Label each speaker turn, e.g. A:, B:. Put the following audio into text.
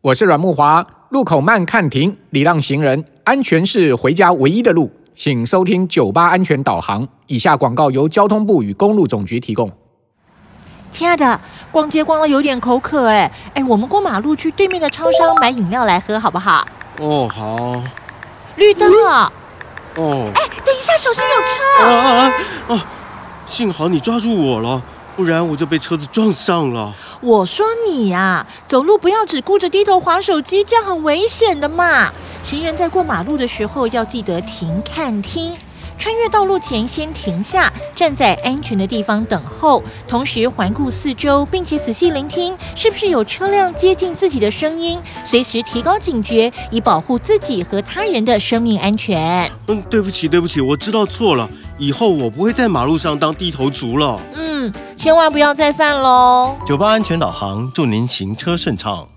A: 我是阮木华。路口慢看停，礼让行人，安全是回家唯一的路。请收听九八安全导航。以下广告由交通部与公路总局提供。
B: 亲爱的，逛街逛到有点口渴哎哎，我们过马路去对面的超商买饮料来喝好不好？
C: 哦，好，
B: 绿灯了，
C: 哦，
B: 哎，等一下，小心有车！
C: 啊啊啊！哦，幸好你抓住我了，不然我就被车子撞上了。
B: 我说你呀、走路不要只顾着低头划手机，这样很危险的嘛。行人在过马路的时候要记得停、看、听。穿越道路前先停下，站在安全的地方等候，同时环顾四周，并且仔细聆听是不是有车辆接近自己的声音，随时提高警觉，以保护自己和他人的生命安全。
C: 嗯，对不起，对不起，我知道错了，以后我不会在马路上当低头族了。
B: 嗯，千万不要再犯喽。
C: 酒吧安全导航，祝您行车顺畅。